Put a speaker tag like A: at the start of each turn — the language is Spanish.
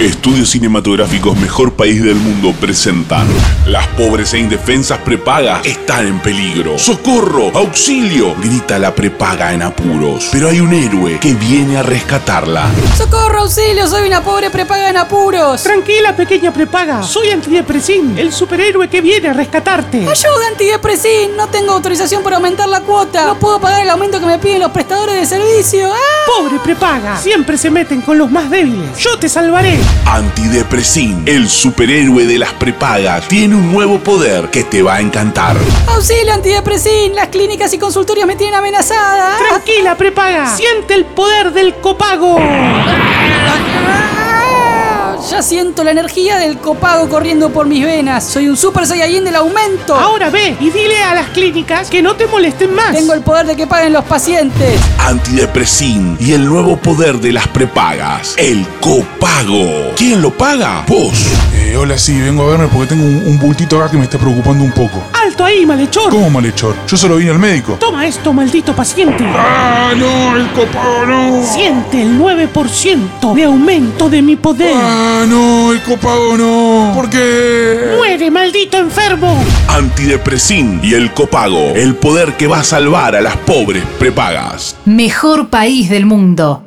A: Estudios Cinematográficos Mejor País del Mundo presentan Las pobres e indefensas prepagas están en peligro. ¡Socorro! ¡Auxilio! Grita la prepaga en apuros. Pero hay un héroe que viene a rescatarla.
B: ¡Socorro, auxilio! ¡Soy una pobre prepaga en apuros!
C: Tranquila, pequeña prepaga. Soy Antidepresín, el superhéroe que viene a rescatarte.
B: ¡Ayuda, antidepresín! No tengo autorización para aumentar la cuota. No puedo pagar el aumento que me piden los prestadores de servicio. ¡Ah!
C: Pobre prepaga. Siempre se meten con los más débiles. Yo te salvaré.
A: Antidepresín, el superhéroe de las prepagas, tiene un nuevo poder que te va a encantar.
B: ¡Auxilio, antidepresín! Las clínicas y consultorios me tienen amenazada. ¡Ah!
C: Tranquila, prepaga. Siente el poder del copago.
B: ¡Ah! Ya siento la energía del copago corriendo por mis venas. Soy un super saiyajin del aumento.
C: Ahora ve y dile a las clínicas que no te molesten más.
B: Tengo el poder de que paguen los pacientes.
A: Antidepresín y el nuevo poder de las prepagas, el copago. ¿Quién lo paga? Vos.
D: Eh, hola, sí, vengo a verme porque tengo un, un bultito acá que me está preocupando un poco.
C: ¡Alto ahí, malhechor!
D: ¿Cómo, malhechor? Yo solo vine al médico.
C: Toma esto, maldito paciente.
D: ¡Ah, no! ¡El copago no!
C: Siente el 9% de aumento de mi poder.
D: ¡Ah, no! ¡El copago no! ¿Por qué?
C: ¡Muere, maldito enfermo!
A: Antidepresín y el copago, el poder que va a salvar a las pobres prepagas.
E: Mejor país del mundo.